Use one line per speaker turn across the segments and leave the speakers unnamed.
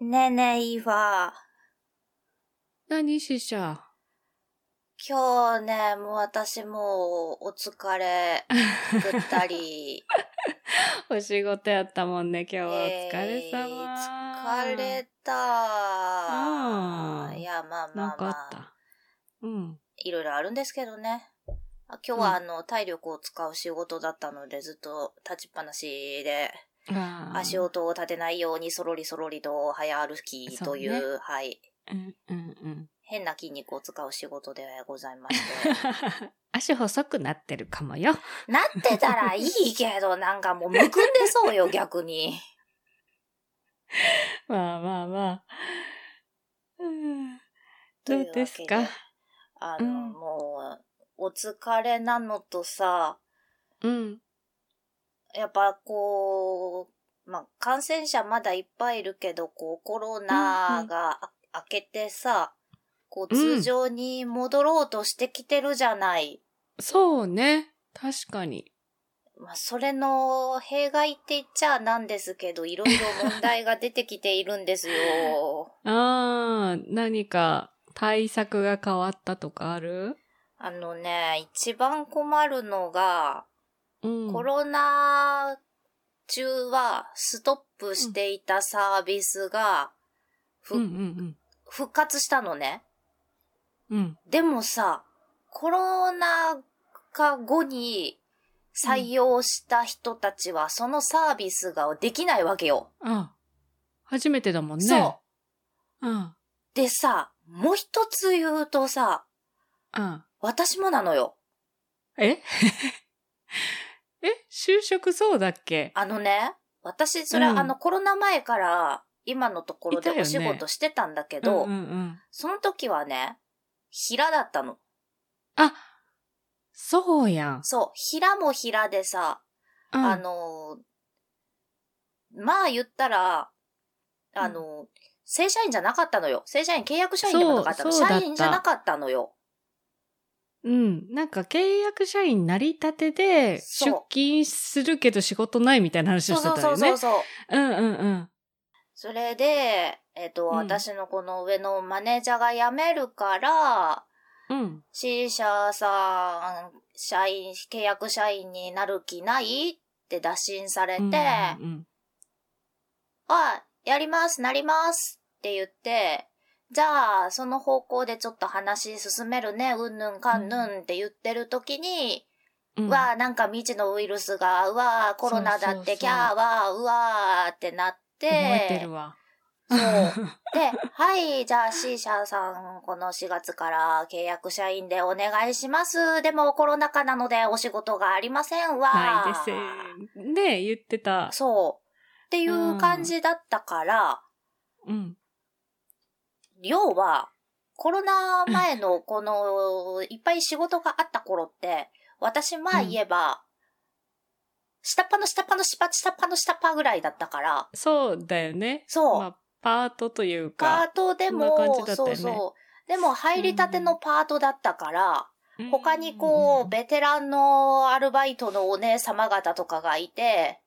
ねえねえ、イーファー。
何死 者
今日ね、もう私もうお疲れ、ぐったり。
お仕事やったもんね、今日 は。お疲
え
れ
い
様。
疲れた。
うん
いや、まあま
な
あ
んかあ
ま
っ
あ、
た。うん。
いろいろあるんですけどね。あ今日はあの、体力を使う仕事だったので、ずっと立ちっぱなしで、
あー
足。音を立てないようにそろりそろりと早歩きという、
そう
はい。
うんうんうん。
変な筋肉を使う仕事でございまして。
足細くなってるかもよ。
なってたらいいけど、なんかもうむくんでそうよ、逆 に。
まあまあまあ。うん
という
ど
わけ
うですか
あの、
うん
もう、お疲れなのとさ、
うん。
やっぱこう、まあ、感染者まだいっぱいいるけど、こう、コロナがあ明けてさ、こう、
うん
通常に戻ろうとしてきてるじゃない。
そうね。確かに。
まあ、それの弊害って言っちゃなんですけど、いろいろ問題が出てきているんですよ。
ああ、何か対策が変わったとかある
あのね、一番困るのが、
うん。
コロナ中はストップしていたサービスが、ふ
うんうん
復活したのね。
うん。うん。
でもさ、コロナ禍後に採用した人たちはそのサービスができないわけよ。
あ初めてだもんね。。
そう
うん。
う。でさ、もう一つ言うとさ、
うん。
私もなのよ。
え え就職そうだっけ
あのね、私、それは、
うん
あのコロナ前から今のところで
いたよ
お
ね
仕事してたんだけど、
うんうんうん。
その時はね、平だったの。
あ、そうやん。
そう、平も平でさ、
うん、
あのー、まあ言ったら、あのー、正社員じゃなかったのよ。正社員、契約社員でもなかったの。
そうそうだ
社
った
員じゃなかったのよ。
うん。なんか契約社員なりたてで、
そう
出勤するけど仕事ないみたいな
そ
話を
う
してた
そ
よ
う
ね。
そうそうそう。
うんうんうん。
それで、えっ、と、
うん
私のこの上のマネージャーが辞めるから、
うん。
C 社さん、社員、契約社員になる気ないって打診されて、
うんうん
あ、やります、なりますって言って、じゃあ、その方向でちょっと話進めるね、うんぬんかんぬんって言ってる時に、
うん、
うわあ、なんか未知のウイルスが、うわあ、コロナだ
そう
っ
そうそう
て、キャーわあ、うわあってなっ
燃えて
て
る、わ。
そう。で、はい、じゃあ C 社さん、この4月から契約社員でお願いします。でもコロナ禍なのでお仕事がありませんわ。
ないです。ね言ってた。
そう。っていう感じだったから、
うん。
要は、コロナ前のこの、いっぱい仕事があった頃って、私まあ言えば、下っ端の下っ端の下っ端下っ端の下っ端ぐらいだったから、
そうだよね。
そう、
まあ、パートという
パ
か、
ートで
そんな感
も、
じだったよ
そ
ね
うそう。でも入りたてのパートだったから、
うん
他にこう、ベテランのアルバイトのお姉様方とかがいて、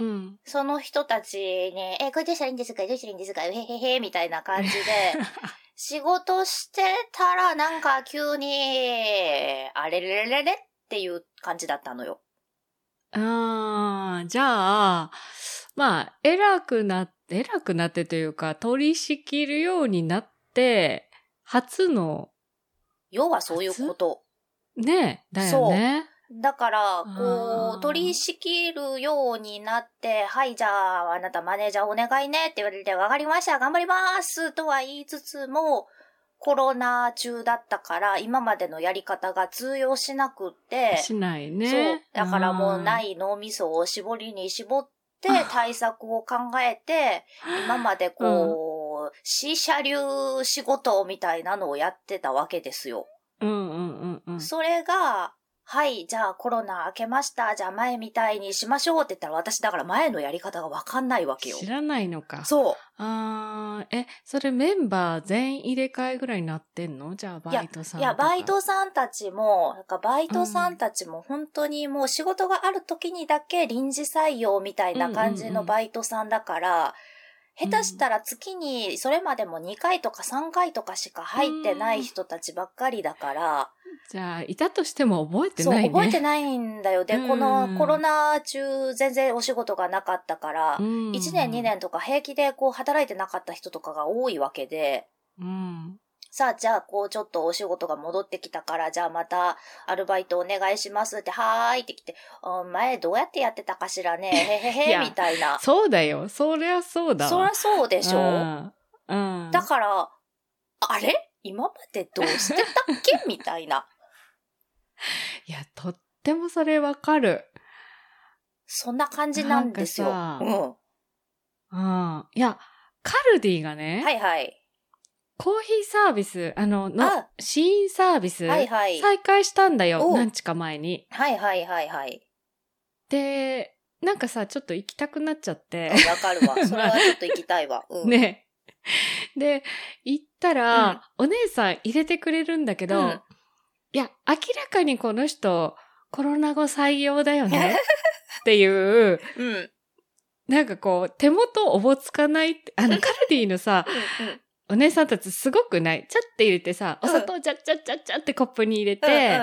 うん、うん。
その人たちに、え、これどうしたらいいんですかどうしたらいいんですかうへへへ、みたいな感じで、 仕事してたらなんか急に、あれれれれれっていう感じだったのよ。
ああ、じゃあ、まあ、偉くなって、偉くなってというか、取り仕切るようになって、初の、
要はそういうこと。
ね、だよね。
だから、
あ
こ
ー
う、取り仕切るようになって、はい、じゃあ、あなたマネージャーお願いねって言われて、わかりました、頑張りますとは言いつつも、コロナ中だったから、今までのやり方が通用しなくって、
しない
そう
ね。。。
だからもうないい脳みそを絞りに絞って
あ
対策を考えて、今までこう、C 社流仕事みたいなのをやってたわけですよ。
うんうんうんうん。
それが、はい、じゃあコロナ明けました。じゃあ前みたいにしましょうって言ったら私だから前のやり方がわかんないわけよ。
知らないのか。
そう。
あーえ、それメンバー全員入れ替えぐらいになってんのじゃあバイトさん
いや、
とか
バイトさんたちも、なんかバイトさんたちも本当にもう仕事がある時にだけ臨時採用みたいな感じ
うんうんう
の
ん
バイトさんだから、
うん
下手したら月にそれまでも2回とか3回とかしか入ってない人たちばっかりだから、
じゃあ、いたとしても覚えて
そう、
ないね。
覚えてないんだよ。で、
うん
このコロナ中全然お仕事がなかったから、
うん
1年2。年とか平気でこう働いてなかった人とかが多いわけで、
うん。
さあ、じゃあ、こう、ちょっとお仕事が戻ってきたから、じゃあまた、アルバイトお願いしますって、はーいって来て、うん前どうやってやってたかしら ね、へ
い
へへ、
や
みたいな。
そうだよ。そりゃそうだわ。
そりゃそうでし
う
ょ
ん。うん
だから、あれ今までどうしてたっけみたいな。
いや、とってもそれわかる。
そんな感じなんですよ。う
なんかさ
ん。
うん。いや、カルディがね、
はいはい。
コーヒーサービス、あの、の
あ
試飲サービス、
はいはい
再開したんだよ。
おう
何日か前に。
はいはいはいはい。
で、なんかさ、ちょっと行きたくなっちゃって。
わかるわ。それはちょっと行きたいわ。うん。
ね。で、行ったら、お姉さん入れてくれるんだけど、
うん
いや、明らかにこの人、コロナ後採用だ よね。っていう、
うん。うん。うん
なんかこう、手元おぼつかないって、 あの、カルディの さ、お姉さんたちすごくないちゃって入れてさ、お砂糖ちゃっちゃっちゃっちゃってコップに入れ
うん
て、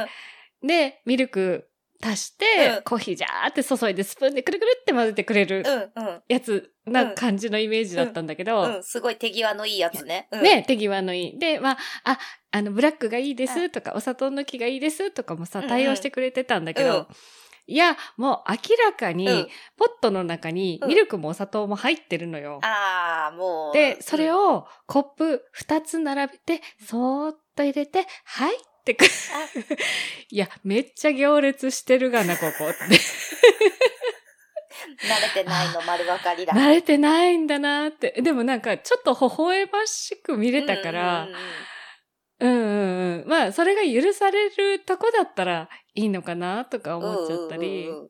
で、ミルク足して、
うん
コーヒージャーって注いでスプーンでくるくるって混ぜてくれる
うんうん
やつな感じのイメージだったんだけど、
うん。うん。すごい手際のいいやつね。うん。
ね、手際のいい。で、まあ、あ、あの、ブラックがいいですとか、お砂糖抜きがいいですとかもさ、
うんうん
対応してくれてたんだけど、
うん
いや、もう明らかに、
うん
ポットの中に
うん
ミルクもお砂糖も入ってるのよ。
ああ、もう。
で、それ
を、
をコップ2つ並べて、そーっと入れて、はいってく。 いや、めっちゃ行列して るがな、ここって。
慣れてないの丸分かりだ。
慣れてないんだなって。でもなんか、ちょっと微笑ましく見れたか
う
ら、
んうんうん
うんうんうん。まあ、それが許されるとこだったらいいのかなとか思っちゃったり。
う
う
うん
ん
うん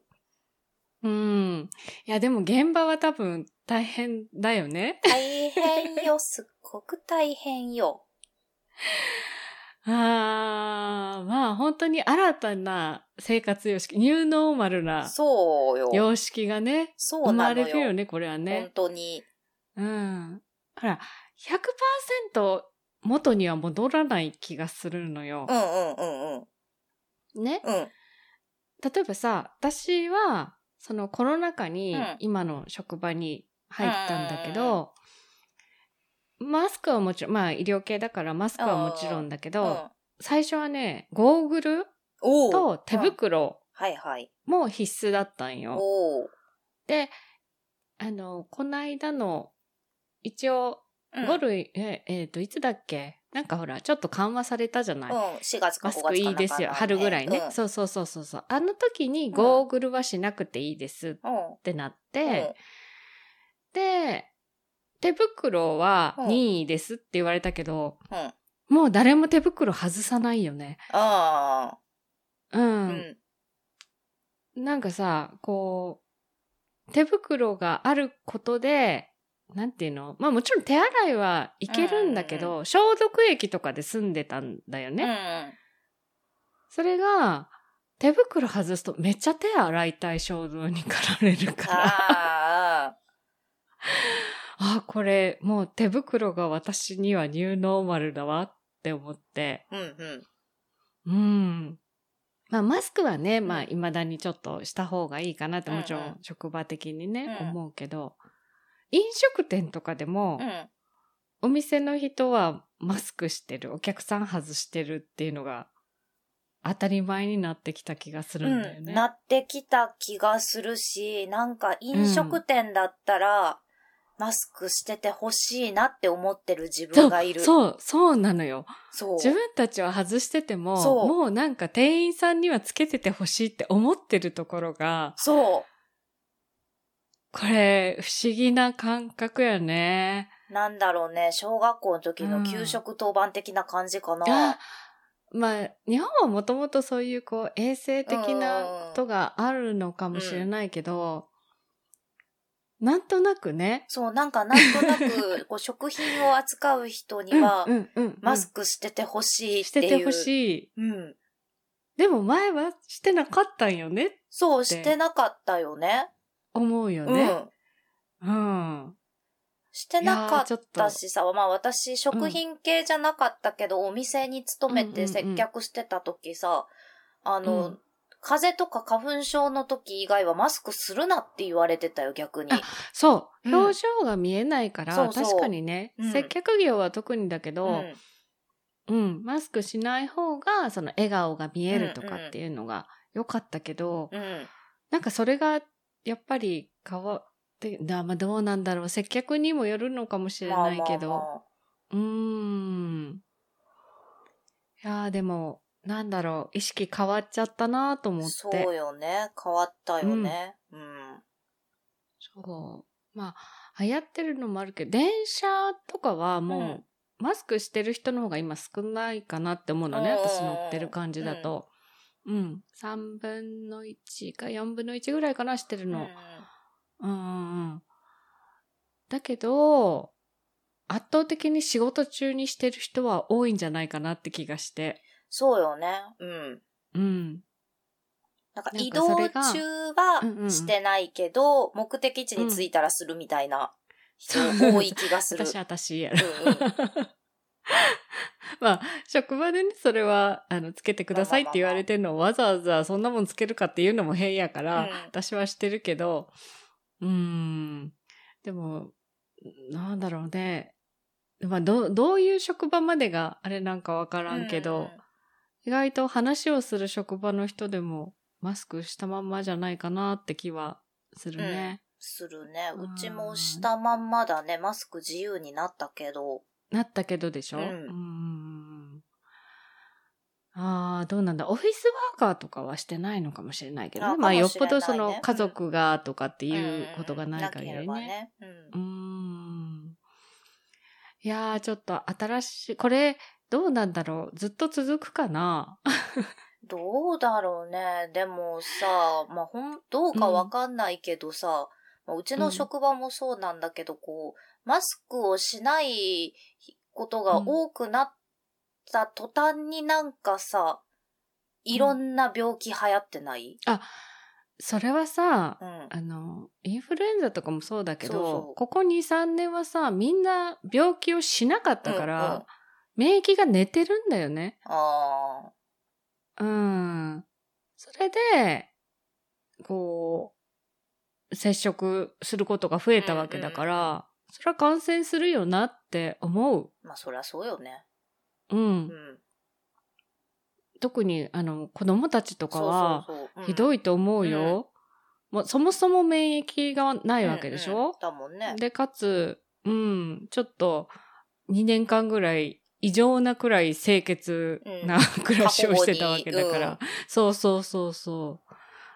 うん
いや、でも現場は多分大変だよね。
大変よ、すっごく大変よ。
ああ、まあ本当に新たな生活様式、ニューノーマルな
そうよ。
様式がね、
そ
生
うな
ま
の
れるよ
よ。
ね、これは
本
ね。
当に。
うん。ほら、100%元には戻らない気がするのよ
う。んうんうんうん。
ね。
うん。
例えばさ、私は、そのコロナ禍に
うん
今の職場に入ったんだけど、マスクはもちろん、まあ医療系だからマスクはもちろんだけど、
うん
最初はね、ゴーグル
おう
と手
うん
袋
はいはい。
も必須だったんよ。
おう
で、あの、こないだの、一応、5
ル
類、え、えっ、と、いつだっけなんかほら、ちょっと緩和されたじゃない、
うん、4月か
マ
5月
ス
か
クいいですよ。春ぐらいね、
うん
そうそうそうそうそう。あの時にゴーグルはしなくていいですっ
うん。
てなっ
うん
て、で、手袋は
うん
任意ですって言われたけど、
うん。
もう誰も手袋外さないよね。
あ
う。
あ。うんん。
なんかさ、こう、手袋があることで、なんていうのまあもちろん手洗いはいけるんだけ
うん
ど、消毒液とかで済んでたんだよね。
ね。
それが、手袋外すとめっちゃ手洗いたい衝動に駆られるから。
ああ。
あ、これ、もう手袋が私にはニューノーマルだわって思って。
うんうん。
うん。まあ、マスクはね、まあ、
うん
未だにちょっとした方がいいかなって、
うんうん
もちろん職場的にね、
うん
思うけど、飲食店とかでも、
うん。
お店の人はマスクしてる、お客さん外してるっていうのが、当たり前になってきた気がするんだよ
う
ね。
ん、なってきた気がするし、なんか飲食店だったら、マスクしててほしいなって思ってる自分がいる。う。
そう、そうなのよ。
そう。
自分たちは外してても、
そう
もうなんか店員さんにはつけててほしいって思ってるところが、
そ
これ、不思議な感覚やね。
う。なんだろうね、小学校の時
う
の
ん
給食当番的な感じかな。
あ、まあ、日本はもともとそういうこう衛生的なことがあるのかもしれないけど、なんとなくね、
そう、なんかなんとなく、こう、食品を扱う人には
う、んうんうん、
マスクしててほしいっ
してて
いう。
てほ
い。
しい。
うん。
でも前はしてなかったんよね、
そう、してなかったよね。
思うよ
う
ね。
ん。
うん。
してなかっ
いやーちょっと
たしさ、まあ私、食品系じゃなかったけど、お店に勤めて接客してた時さ、あの、
うん
風邪とか花粉症の時以外はマスクするなって言われてたよ、逆に。
あそう。
うん
表情が見えないから、
そうそう
確かにね、
うん
接客業は特にだけ
う
ど、
ん。
うん、マスクしない方が、その笑顔が見えるとかっていうのが良かったけど、
うん。
なんかそれが、やっぱり変わって、なまあどうなんだろう。接客にもよるのかもしれ
まあ
ないけど。
まあまあ
うーん。いやーでも、なんだろう。意識変わっちゃったなーと思って。
そうよね。変わったよね。うん。
そう。まあ、流行ってるのもあるけど、電車とかはもう、
うん
マスクしてる人の方が今少ないかなって思うのね。
うんうんうん
私乗ってる感じだと。うん、3分の1か4分の1ぐらいかな、してる
うんう
の
ん。
うん、うんうん。だけど、圧倒的に仕事中にしてる人は多いんじゃないかなって気がして。
そうよね。うん。
うん。
なんか
なんか
移動
そ
中
れがうんうんう
は
ん
してないけど、目的地に着いたらするみたいな人
そう
多い気がする。
私、私やる。
うんうん
まあ、職場でね、それは、あの、つけてくださいって言われてるのをわざわざそんなもんつけるかっていうのも変やか
う
ら、
ん
私はしてるけど、うーん。でも、なんだろうね。まあ、どう、どういう職場までがあれなんかわからんけど、意外と話をする職場の人でも、マスクしたまんまじゃないかなって気はするね。
するね。
うん
うちもしたまんまだね。マスク自由になったけど。
なったけどでしょ、
うん
ーんああ、どうなんだ。オフィスワーカーとかはしてないのかもしれないけどね。
あ
まあ、
か
よ
も
っ
しれ
ぽ
ないね
どその家族がとかって
うん
いうことがない限
なけれ
り
ば
ね。
ね。うん
うーん。いやー、ちょっと新しい、これ、どうなんだろう。ずっと続くかな。
どうだろうね。でもさ、まあ、ほん、どうかわかんないけどさ、まあうちの職場もそうなんだけど、こう、マスクをしないことが多くなった途端になんかさ、いろんな病気流行ってない
あ、それはさ
う、ん。
あの、インフルエンザとかもそうだけど、
そうそう
ここ2、3年はさ、みんな病気をしなかったから、
うんうん
免疫が寝てるんだよね。
ああ。
うん。それで、こう、接触することが増えたわけだから、それは感染するよなって思う。
まあ、そりゃそうよね。
うん。
うん。
特に、あの、子供たちとかは、
そうそうそう。
ひど
い
いと思うよ。もうそもそも免疫がないわけでしょ、
だもんね。
で、かつ、うん、ちょっと、2年間ぐらい、異常なくらい清潔な、 暮らしをしてたわけだか
過
ら。
保
そうそうそうそう。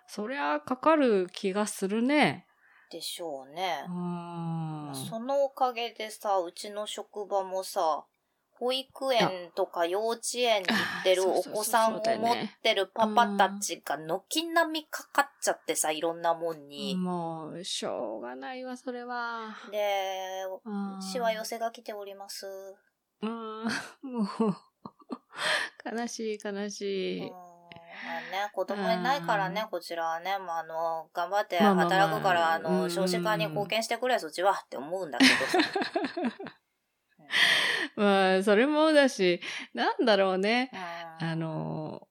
そりゃ、かかる気がするね。
でしょうね
う。ん。
そのおかげでさ、うちの職場もさ、保育園とか幼稚園に行ってる
あ
お
そうそうそう
子さんを持
そうだよね
ってるパパたちが軒並みかかっちゃってさ、いろんなもんに。
もう、しょうがないわ、それは。
で、
うん
しわ寄せが来ております。
うん、 もう、 悲しい、悲
うん
しい。
まあね、子供いないからね
う、ん
こちらはね、まあ、あの、頑張って
まあまあまあ
働くから、あ
う
の、
ん
少子化に貢献してくれ、そっちはって思うんだけど さ。
まあ、それもだし、なんだろうね。
うん
あの、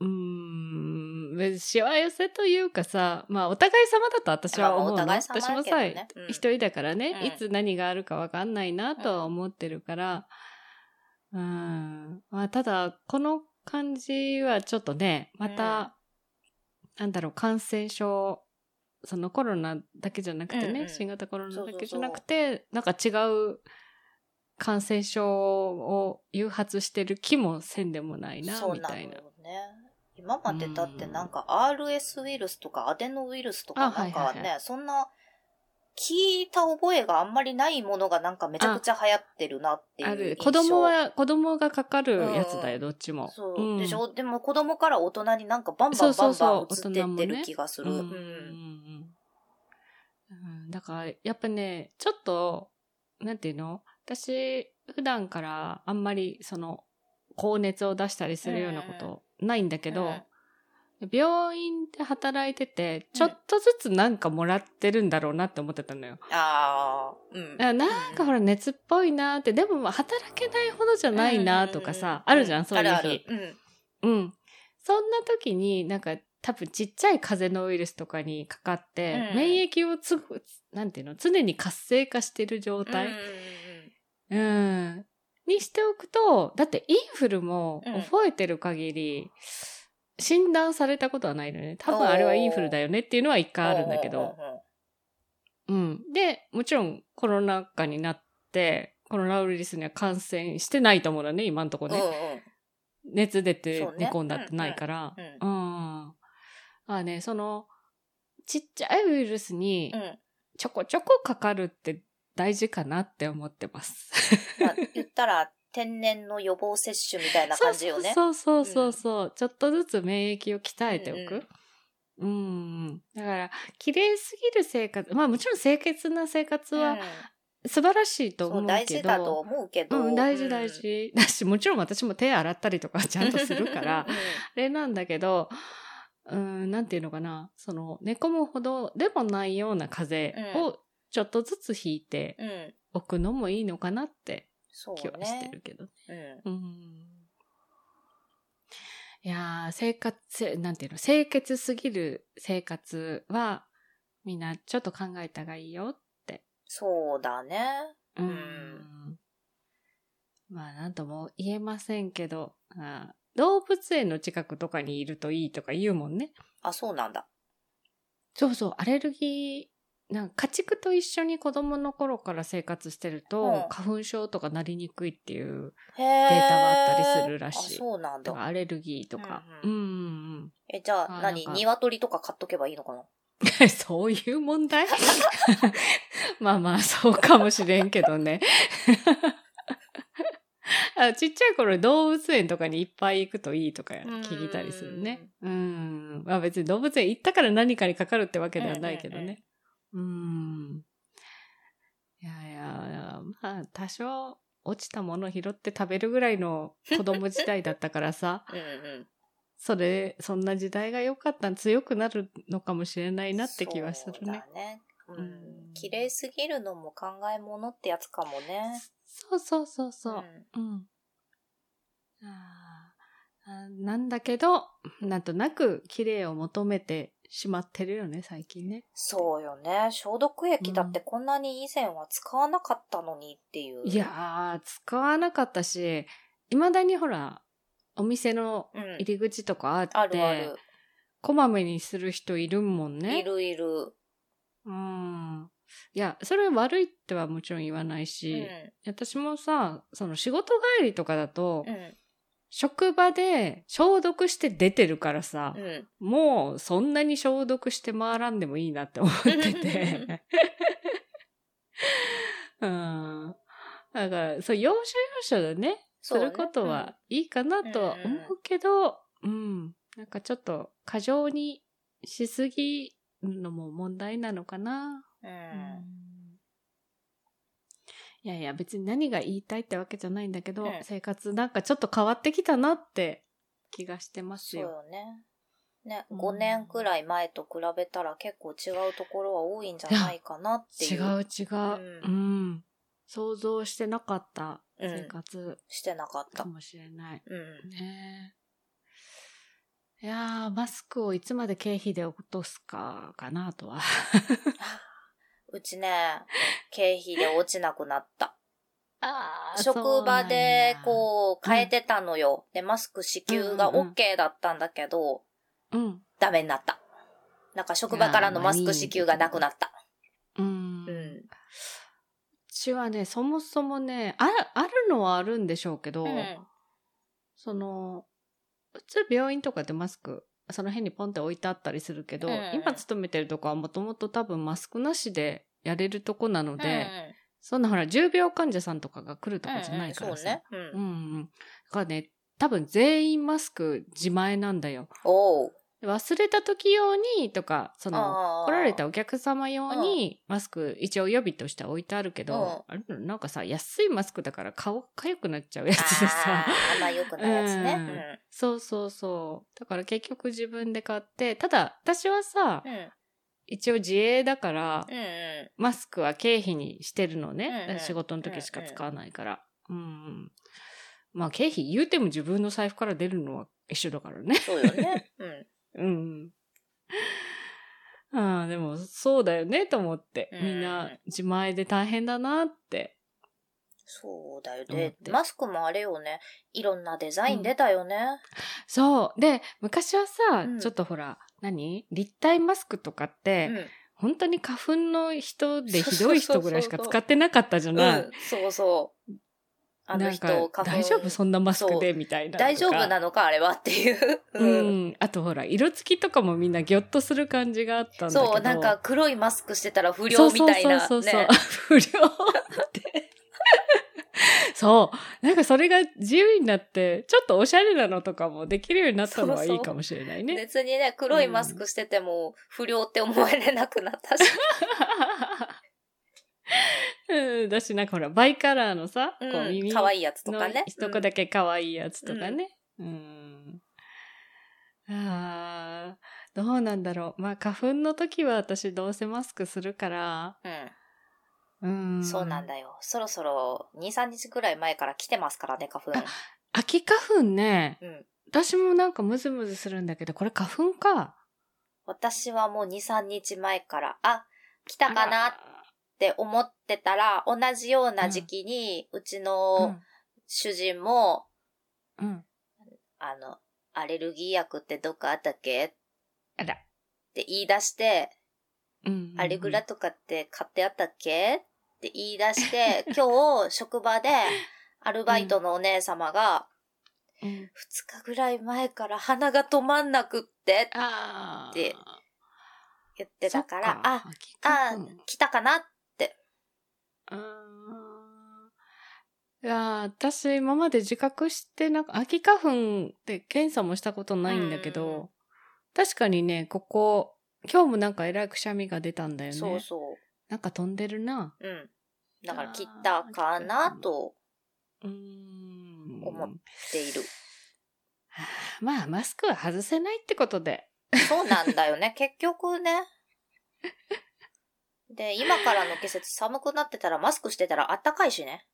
うーん、別にしわ寄せというかさ、まあお互い様だと私は思うの。
まあまあお互い様
私も
だけど
さ、
ねうん
一人だからね、
うん
いつ何があるかわかんないなとは思ってるから、うーん、まあただ、この感じはちょっとね、また、なんだろう、感染症、そのコロナだけじゃなくてね、
うんうん
新型コロナだけじゃなく
そう
て、なんか違う感染症を誘発してる気もせんでもないな、
そう
み
なの
た
よ
い
ね
な。。
今までだってなんか RS ウイルスとかアデノウイルスと
あ
か
は
ないん
はいは
か
い
ね、そんな聞いた覚えがあんまりないものがなんかめちゃくちゃ流行ってるなっていう
あ
印
る
象
子供は子供がかかるやつだよ、
うん
どっちも
そう、
ん
でしょでも子供から大人になんかバン
そ
バ
う
ン
そ
バ
う
ン
そ
バ
う
ン移って
大人
っ
も
て
ね
る気がす
うん
る。
うん
うん
うんうんうんだからやっぱねちょっとなんていうの私普段からあんまりその高熱を出したりするようなことないんだけど、病院で働いててちょっとずつなんかもらってるんだろうなって思ってたのよ。
ああ、うん。
あなんかほら熱っぽいなーってでも働けないほどじゃないなーとかさ、あるじゃんそういう日。
あるあるうん
うん。そんな時になんか多分ちっちゃい風邪のウイルスとかにかかって、
うん
免疫をつぐ、なんていうの、常に活性化してる状
う
態、
んうん
うん、にしておくと、だってインフルも
うん
覚えてる限り、診断されたことはないのよね。多分あれはインフルだよねっていうのは一回あるんだけど。うん。で、もちろんコロナ禍になって、コロナウイルスには感染してないと思うのね、今んとこ
うんうんうん
ね。熱出て
そうね
寝込んだってないから。
うんうん
うん。ああね、その、ちっちゃいウイルスに
うんうん
ちょこちょこかかるって大事かなって思ってます。
まあ言ったら天然の予防接種みたいな感じよね。
そうそうそうそう、ちょっとずつ免疫を鍛えてお
うん
く。うん、うんだから、綺麗すぎる生活、まあもちろん清潔な生活
う
は
ん
素晴らしいと
そ
思う
う大
け
事だと
ど、
思うけど。
うん、大事大事。だし、もちろん私も手洗ったりとかち
う
ゃ
ん。
んとす るから、
うん
あれなんだけど、うーん、なんていうのかな、その、寝込むほどでもないような風邪をちょっとずつ引いて
うんうん。
おくのもいいのかなって
そう
気はして
ね
る。けど。
うん。
うん。いやー、生活、せなんていうの、清潔すぎる生活は、みんなちょっと考えた方がいいよ。
そうだね。
うんん。まあ、なんとも言えませんけど、あー動物園の近くとかにいるといいとか言うもんね。
あ、そうなんだ。
そうそう、アレルギー、なんか家畜と一緒に子供の頃から生活してると、
うん
花粉症とかなりにくいっていう、
へえ。
データがあったりするらしい
あ、そうなん
だから
だ。
アレルギーとか。う
うんん
うんうん。
え、じゃあ
あ
何
なんか
鶏とか買っとけばいいのかな
そういう問題 まあまあ、そうかもしれんけどね。 あちっちゃい頃動物園とかにいっぱい行くといいとか聞いたりするね。うん。まあ別に動物園行ったから何かにかかるってわけではないけどね。うん。いやいや、まあ多少落ちたもの拾って食べるぐらいの子供時代だったからさ、
うんうん。
それ、そんな時代が良かった、強くなるのかもしれないなって気はする
そう
ね
だ。ね。う
うん
ん。綺麗すぎるのも考えものってやつかもね。
そうそうそうそう。
ん
うん。あーあーなんだけど、なんとなく綺麗を求めてしまってるよね、最近ね。
そうよね。消毒液だってこんなに以前は使わなかったのにっていう。
いやー、使わなかったし、未だにほら、お店の
うん。
入り口とかあって、
あるある。
こまめにする人いるもんね。
いるいる。
うん。いや、それ悪いってはもちろん言わないうし、
ん。
私もさ、その仕事帰りとかだと、
うん。
職場で消毒して出てるからさ、
うん。
もうそんなに消毒して回らんでもいいなって思って て。うん。だから、そう、要所要所でね、す
そうね
ることはいいかなとは思うけど、うん、なんかちょっと過剰にしすぎるのも問題なのかな。
う。
うんいやいや、別に何が言いたいってわけじゃないんだけど、
うん
生活なんかちょっと変わってきたなって気がしてます
そう
よ。
よね。ね、
うん
5年くらい前と比べたら結構違うところは多いんじゃないかなってい
違
う。
う違う、う。
うん
想像してなかった
うん
生活
してなかった。
かもしれない。
うん。
ねえ。いやー、マスクをいつまで経費で落とすか、かなとは。
うちね、経費で落ちなくなった。
あ
職場でこう変えてたのよ。で、マスク支給が OK だったんだけど、
う。うん。
ダメになった。なんか職場からのマスク支給がなくなった。
うん。
う。
うんちはね、そもそもね、あ、あるのはあるんでしょうけど、
うん
その、普通病院とかでマスク、その辺にポンって置いてあったりするけど、
うん
今勤めてるとこはもともと多分マスクなしでやれるとこなの
うん
で、そんなほら、重病患者さんとかが来るとかじゃないからさ。
うんうんそうね。う。
うんんうん。だからね、多分全員マスク自前なんだよ。
おう。
忘れた時用にとか、そ
あ
の、
ー
来られたお客様用にマスク一応予備としては置いてあるけど、あれなんかさ、安いマスクだから顔かゆくなっちゃうやつで
あ
さ。
ーあんま良くないやつね。
そうそうそう。だから結局自分で買って、ただ私はさ
う、ん。うん。
一応自営だから、
うんうん。
マスクは経費にしてるのね。
うんうん
だから仕事の時しか使わないから。うん、うん。まあ経費言うても自分の財布から出るのは一緒だからね。
そうよね。 うん。
うん。 ああ、でもそうだよねと思って。
うん
みんな自前で大変だなって。
そうだよ
思
ね
っ。て
マスクもあれよね。いろんなデザイン出たよね。
そう。で、昔はさ、
うん
ちょっとほら、何立体マスクとかって、
うん。
本当に花粉の人でひ
そ
ど
うそうそう
い
そう
人ぐらいしか使ってなかったじゃ
う
ない。
ん、そうそう。あの
なん
人、
か
花粉
大丈夫そんなマスクでみたいなとか。
大丈夫なのか、あれはっていう。
う。ん、あとほら色付きとかもみんなギョッとする感じがあったんだけど
そう、なんか黒いマスクしてたら不良みたいな。
そうそうそう
ね
そう、 不良ってそうなんかそれが自由になってちょっとおしゃれなのとかもできるようになったのは
そうそう
いいかもしれないね
別にね、黒いマスクしてても不良って思えれなくなったし。
うん、だしなんかほらバイカラーのさ、
う。
こうん耳
可
の
愛いやつとかね。
一個だけ可愛いやつとかねうん、あーどうなんだろうまあ花粉の時は私どうせマスクするから
うん。
うん
そうなんだよ。そろそろ2、3日くらい前から来てますからね、花粉。
秋花粉ね
うん。
私もなんかムズムズするんだけど、これ花粉か。
私はもう2、3日前から、あ、来たかなって思ってたら、同じような時期に、うちの主人も、
うん。うん。
あの、アレルギー薬ってどっかあったっけっ
あら。
て言い出して、
うん。
アレグラとかって買ってあったっけって言い出 して、今日、職場で、アルバイトのお姉様が、
うん。
2日ぐらい前から鼻が止まんなくって、
ああ。
で言ってたから、
そっ
あ、、
秋花粉
来たかな
あー。いやー、私今まで自覚して、なんか秋花粉って検査もしたことないんだけ
うんうんう
ど、確かにね、ここ、今日もなんかえらいくしゃみが出たんだよね。
そうそ
なんか飛んでるな。
う。うん。だから、来たかなと
うーん。
思っている。
まあ、マスクは外せないってことで。
そうなんだよね。 結局ね。で、今からの季節寒くなってたらマスクしてたらあったかいしね。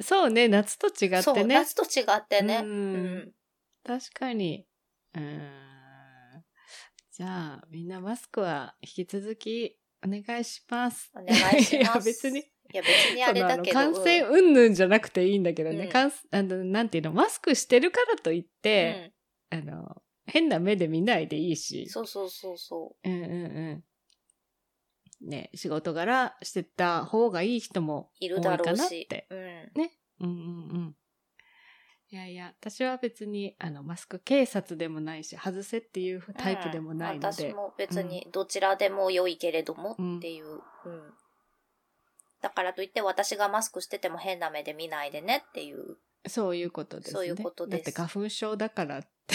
そうね、夏と違っ
そ
て
う、
ね。
夏と違ってね。
う
うん
ん。確かに。うーん。じゃあ、みんなマスクは引き続きお願いします。
お願い します。
や、別に。
いや、別にあれだけど。
そのあの感染
うん
うんぬんじゃなくていいんだけどね。
うん
感あのなんていうの、マスクしてるからといっ
う
て、
ん
あの、変な目で見ないでいいし。
そうそうそうそ
うんうんうん。ね、仕事柄してた方がいい人も
う。い
多
る
い
だ
か
ろう
なっ
し。
て。
うん。
うんうんうん。いやいや、私は別に、あの、マスク警察でもないし、外せっていうタイプでもないの
うん
で。
私も別にどちらでも良いけれどもっていう。うん。だからといって私がマスクしてても変な目で見ないでねっていう。
そういうことですね。
そういうことです
だって花粉症だからって。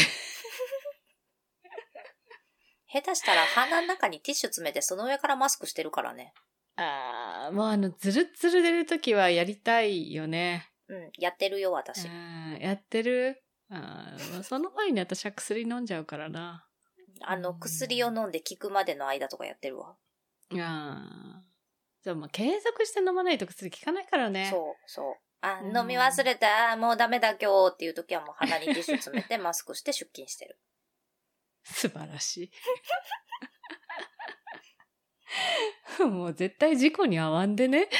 下手したら鼻の中にティッシュ詰めてその上からマスクしてるからね。
ああ、もうあの、ズルッズル出るときはやりたいよね。
うん、やってるよ、
う
私。
ん、やってるあーまあその前に私は薬飲んじゃうからな。
あの、薬を飲んで効くまでの間とかやってるわ。
ああ。そう、まあ、継続して飲まないと薬効かないからね。
そう、そう。あ、
うん
飲み忘れた、あーもうダメだ今日っていう時はもう鼻にティッシュ詰めてマスクして出勤してる。
素晴らしい。 もう絶対事故に遭わんでね。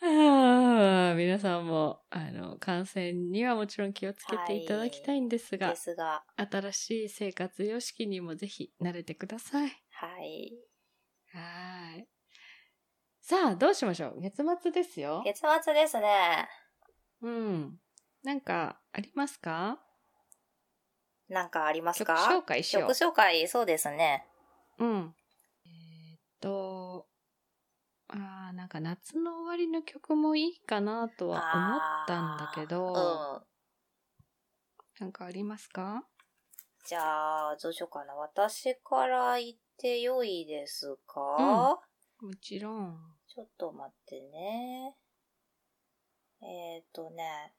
ああ皆さんも、あの、感染にはもちろん気をつけていただきたいんですが、
ですが、
新しい生活様式にもぜひ慣れてください。
はい。
はーい。さあ、どうしましょう月末ですよ。
月末ですね。
うん。なんか、ありますか
なんかあります
曲
か
紹介しよ
曲紹介、そうですね。
う。うん。えーっと、あーなんか夏の終わりの曲もいいかなとは思ったんだけ
う
ど、
ん。
なんかありますか
じゃあ、どうしようかな。私から言ってよいですか、
うんもちろん。
ちょっと待ってね。えっ、ー、とね。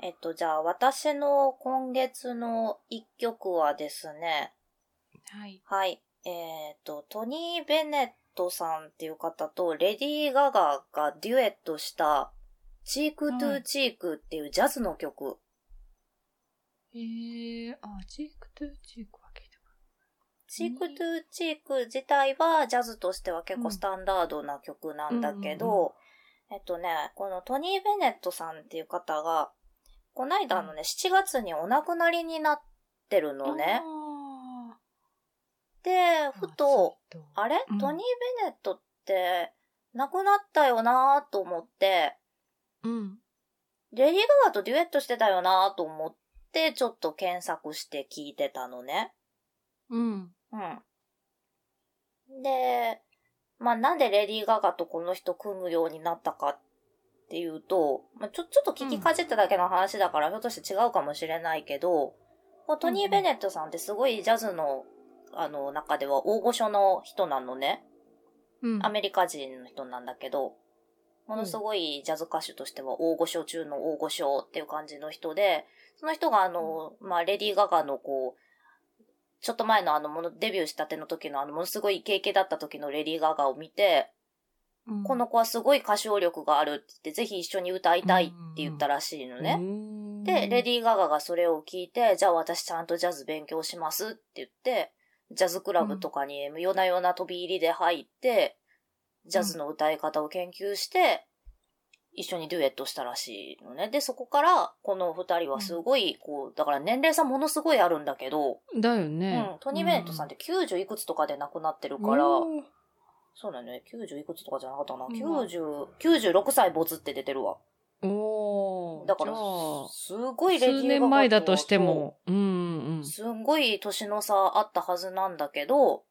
えっ、と、じゃあ、私の今月の一曲はですね、
はい。
はい。えっ、と、トニー・ベネットさんっていう方とレディー・ガガがデュエットした、チーク・トゥ・チークっていうジャズの曲。
えー、あ、チークトゥチークは聞いたこ
チークトゥチーク自体はジャズとしては結構スタンダードな曲なんだけど、
うんうんうん
えっとね、このトニー・ベネットさんっていう方が、こないだのね、7月にお亡くなりになってる
と
のね。
あ
で、
ー
ふと、、あれ、
うん
トニー・ベネットって亡くなったよなと思って、
うん。
レディー・ガガとデュエットしてたよなと思って、ちょっと検索して聞いてたのね。
うん。
うん。で、まあ、なんでレディー・ガガとこの人組むようになったかっていうと、まあ、ちょ、ちょっと聞きかじっただけの話だから、ひょっとして違うかもしれないけど、こうトニー・ベネットさんってすごいジャズの、あの、中では大御所の人なのね。
うん。
アメリカ人の人なんだけど、ものすごいジャズ歌手としては大御所中の大御所っていう感じの人で、その人があの、まあ、レディー・ガガのこう、ちょっと前のあの、もの、デビューしたての時のあの、ものすごいイケイケだった時のレディー・ガガを見て、
うん
この子はすごい歌唱力があるって言って、ぜひ一緒に歌いたいって言ったらしいのね。
ね
で、レディー・ガガがそれを聞いて、じゃあ私ちゃんとジャズ勉強しますって言って、ジャズクラブとかに夜な夜な飛び入りで入って、ジャズの歌い方を研究して、一緒にデュエットしたらしいのね。で、そこから、この二人はすごい、こう、だから年齢差ものすごいあるんだけど、
だよ
う
ね
ん。、トニー・ベネットさんって90いくつとかで亡くなってる
うん
から、
おー
そうだね、90いくつとかじゃなかったな。
うん
90、96歳没って出てるわ。
おー
だから
じゃあ、
すごいレディー・ガガ
数
と
年前だとしても、うんうん
すんごい年の差あったはずなんだけど、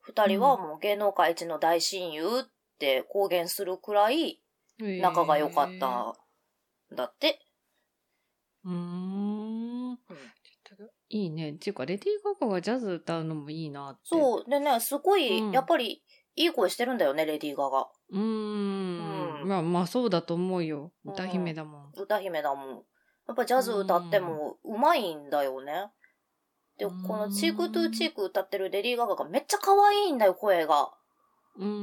二人はもう芸能界一の大親友って公言するくらい
うん。
仲が良かったんだって。
えー。うーん。いいね。っていうか、レディー・ガガがジャズ歌うのもいいなって。う。
そう。でね、すごい、
うん
やっぱりいい声してるんだよね、レディー・ガガ。
うー
うん
ん。まあまあ、そうだと思うよ。
うん
歌姫だもん。
歌姫だもん。やっぱジャズ歌ってもうまいんだよね。で、こ
うん
のチークトゥーチーク歌ってるレディー・ガガがめっちゃ可愛いんだよ、声が。
うんうんうんう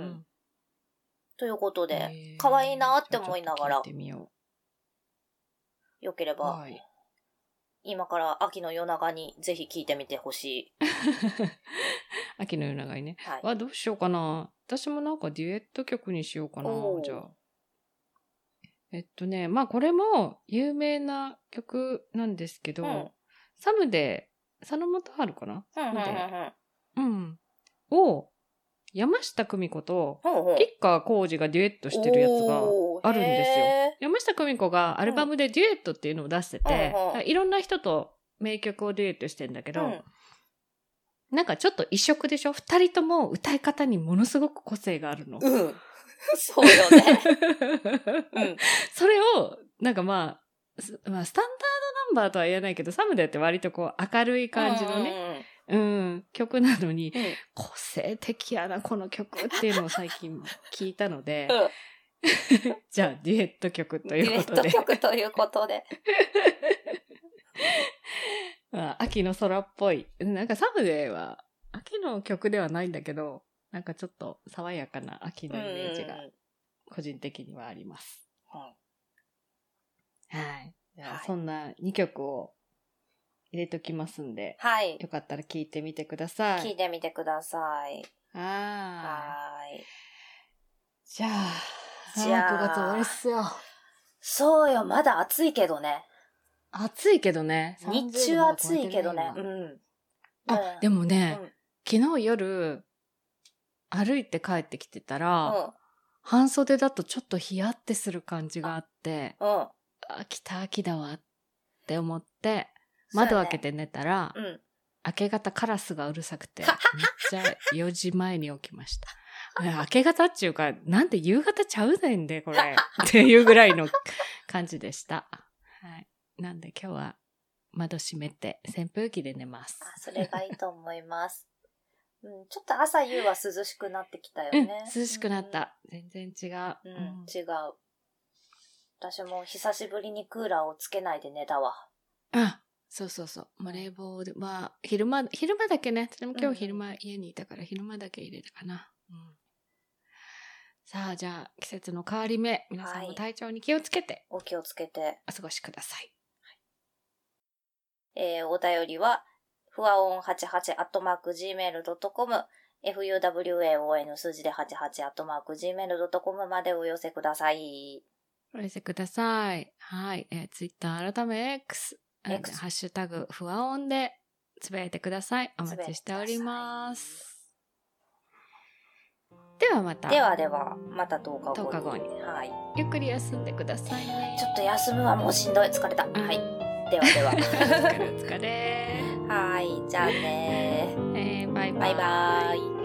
ん。
ということで、
えー
可愛いなって思いながら
ちょっと聞いてみよ
よけれ
う。
ば
はい。
今から秋の夜長にぜひ聴いてみてほしい。
秋の夜長いね。
はい。
はどうしようかな。私もなんかデュエット曲にしようかな
おー、
じゃあ。えっとね、まあこれも有名な曲なんですけど、
うん
サムで、佐野元春かな
うんうんうんうん
うん。を、山下久美子と、
ほうほう
吉川浩司がデュエットしてるやつが、あるんですよ
よ。
山下久美子がアルバムでデュエットっていうのを出してて、
うんうん
いろんな人と名曲をデュエットしてんだけど、
うん
なんかちょっと異色でしょ二人とも歌い方にものすごく個性があるの。
うん。 そうよね。 うん。
それを、なんかまあ、すまあ、スタンダードナンバーとは言えないけど、サムデって割とこう明るい感じのね、
ね。
うん、曲なのに
う、ん
個性的やな、この曲っていうのを最近聞いたので、
うん
じゃあデュエット曲と
デュ
い
エ
う
ッ
こと
ト
で、
曲ということで。
ま あ秋の空っぽい。なんかサムデは、秋の曲ではないんだけど、なんかちょっと爽やかな秋のイメージ
うん
が個人的にはあります。
はい
はい。じゃ
は
あ
い
そんな2曲を入れときますんで、
はい。
よかったら聞いてみてくださ
聞い
い。
てみてください。
ああ。
はーい。
じゃあ、
じゃあ
あー9月終わりっすよ。
そうよ、まだ暑いけどね。
暑いけどね。
日中暑いけどね。
30
う
度も
ん。
超えてるね今あ、でも
うん、
ね、
うん
昨日夜、歩いて帰ってきてたら、
う
半袖だとちょっとヒヤってする感じがあって、
ん。うん。
あ、来た秋だわって思って、窓開けて寝たら、
うん。
明け方カラスがうるさくて、めっちゃ4時前に起きました。いや明け方っていうか、なんで夕方ちゃうねんで、これ。っていうぐらいの感じでした。はい。なんで今日は窓閉めて扇風機で寝ます。
あ、それがいいと思います。 うん、ちょっと朝夕は涼しくなってきたよ
うん、
ね。
涼しくなった。全然違
う
う。
ん。
う
うんん、違う。私も久しぶりにクーラーをつけないで寝たわ。
あ、そうそうそう。もう冷房で、まあ、昼間、昼間だけね。でも今日昼間家にいたから昼間だけ入れたかな。うん。さあ、じゃあ、季節の変わり目、皆さん
は
も
い
体調に気をつけて
お気をつけて。
お過ごしください。
えーお便りは、ふわおん88アットマーク gmail.com、fuwaon 数字で88アットマーク gmail.com までお寄せください。
お寄せください。はい。えー、ツイッター改め X、あの
X
ハッシュタグ、不和音でつぶやいてください。お待ちしております。ではまた、
ではでは、また10日後に。
10日後に
はい。
ゆっくり休んでくださいね。
ちょっと休むはもうしんどい。疲れた。
うん
はい。ではでは。
お 疲れお疲れ。
はい。じゃあね
えーバイバイ。
バイバーイ。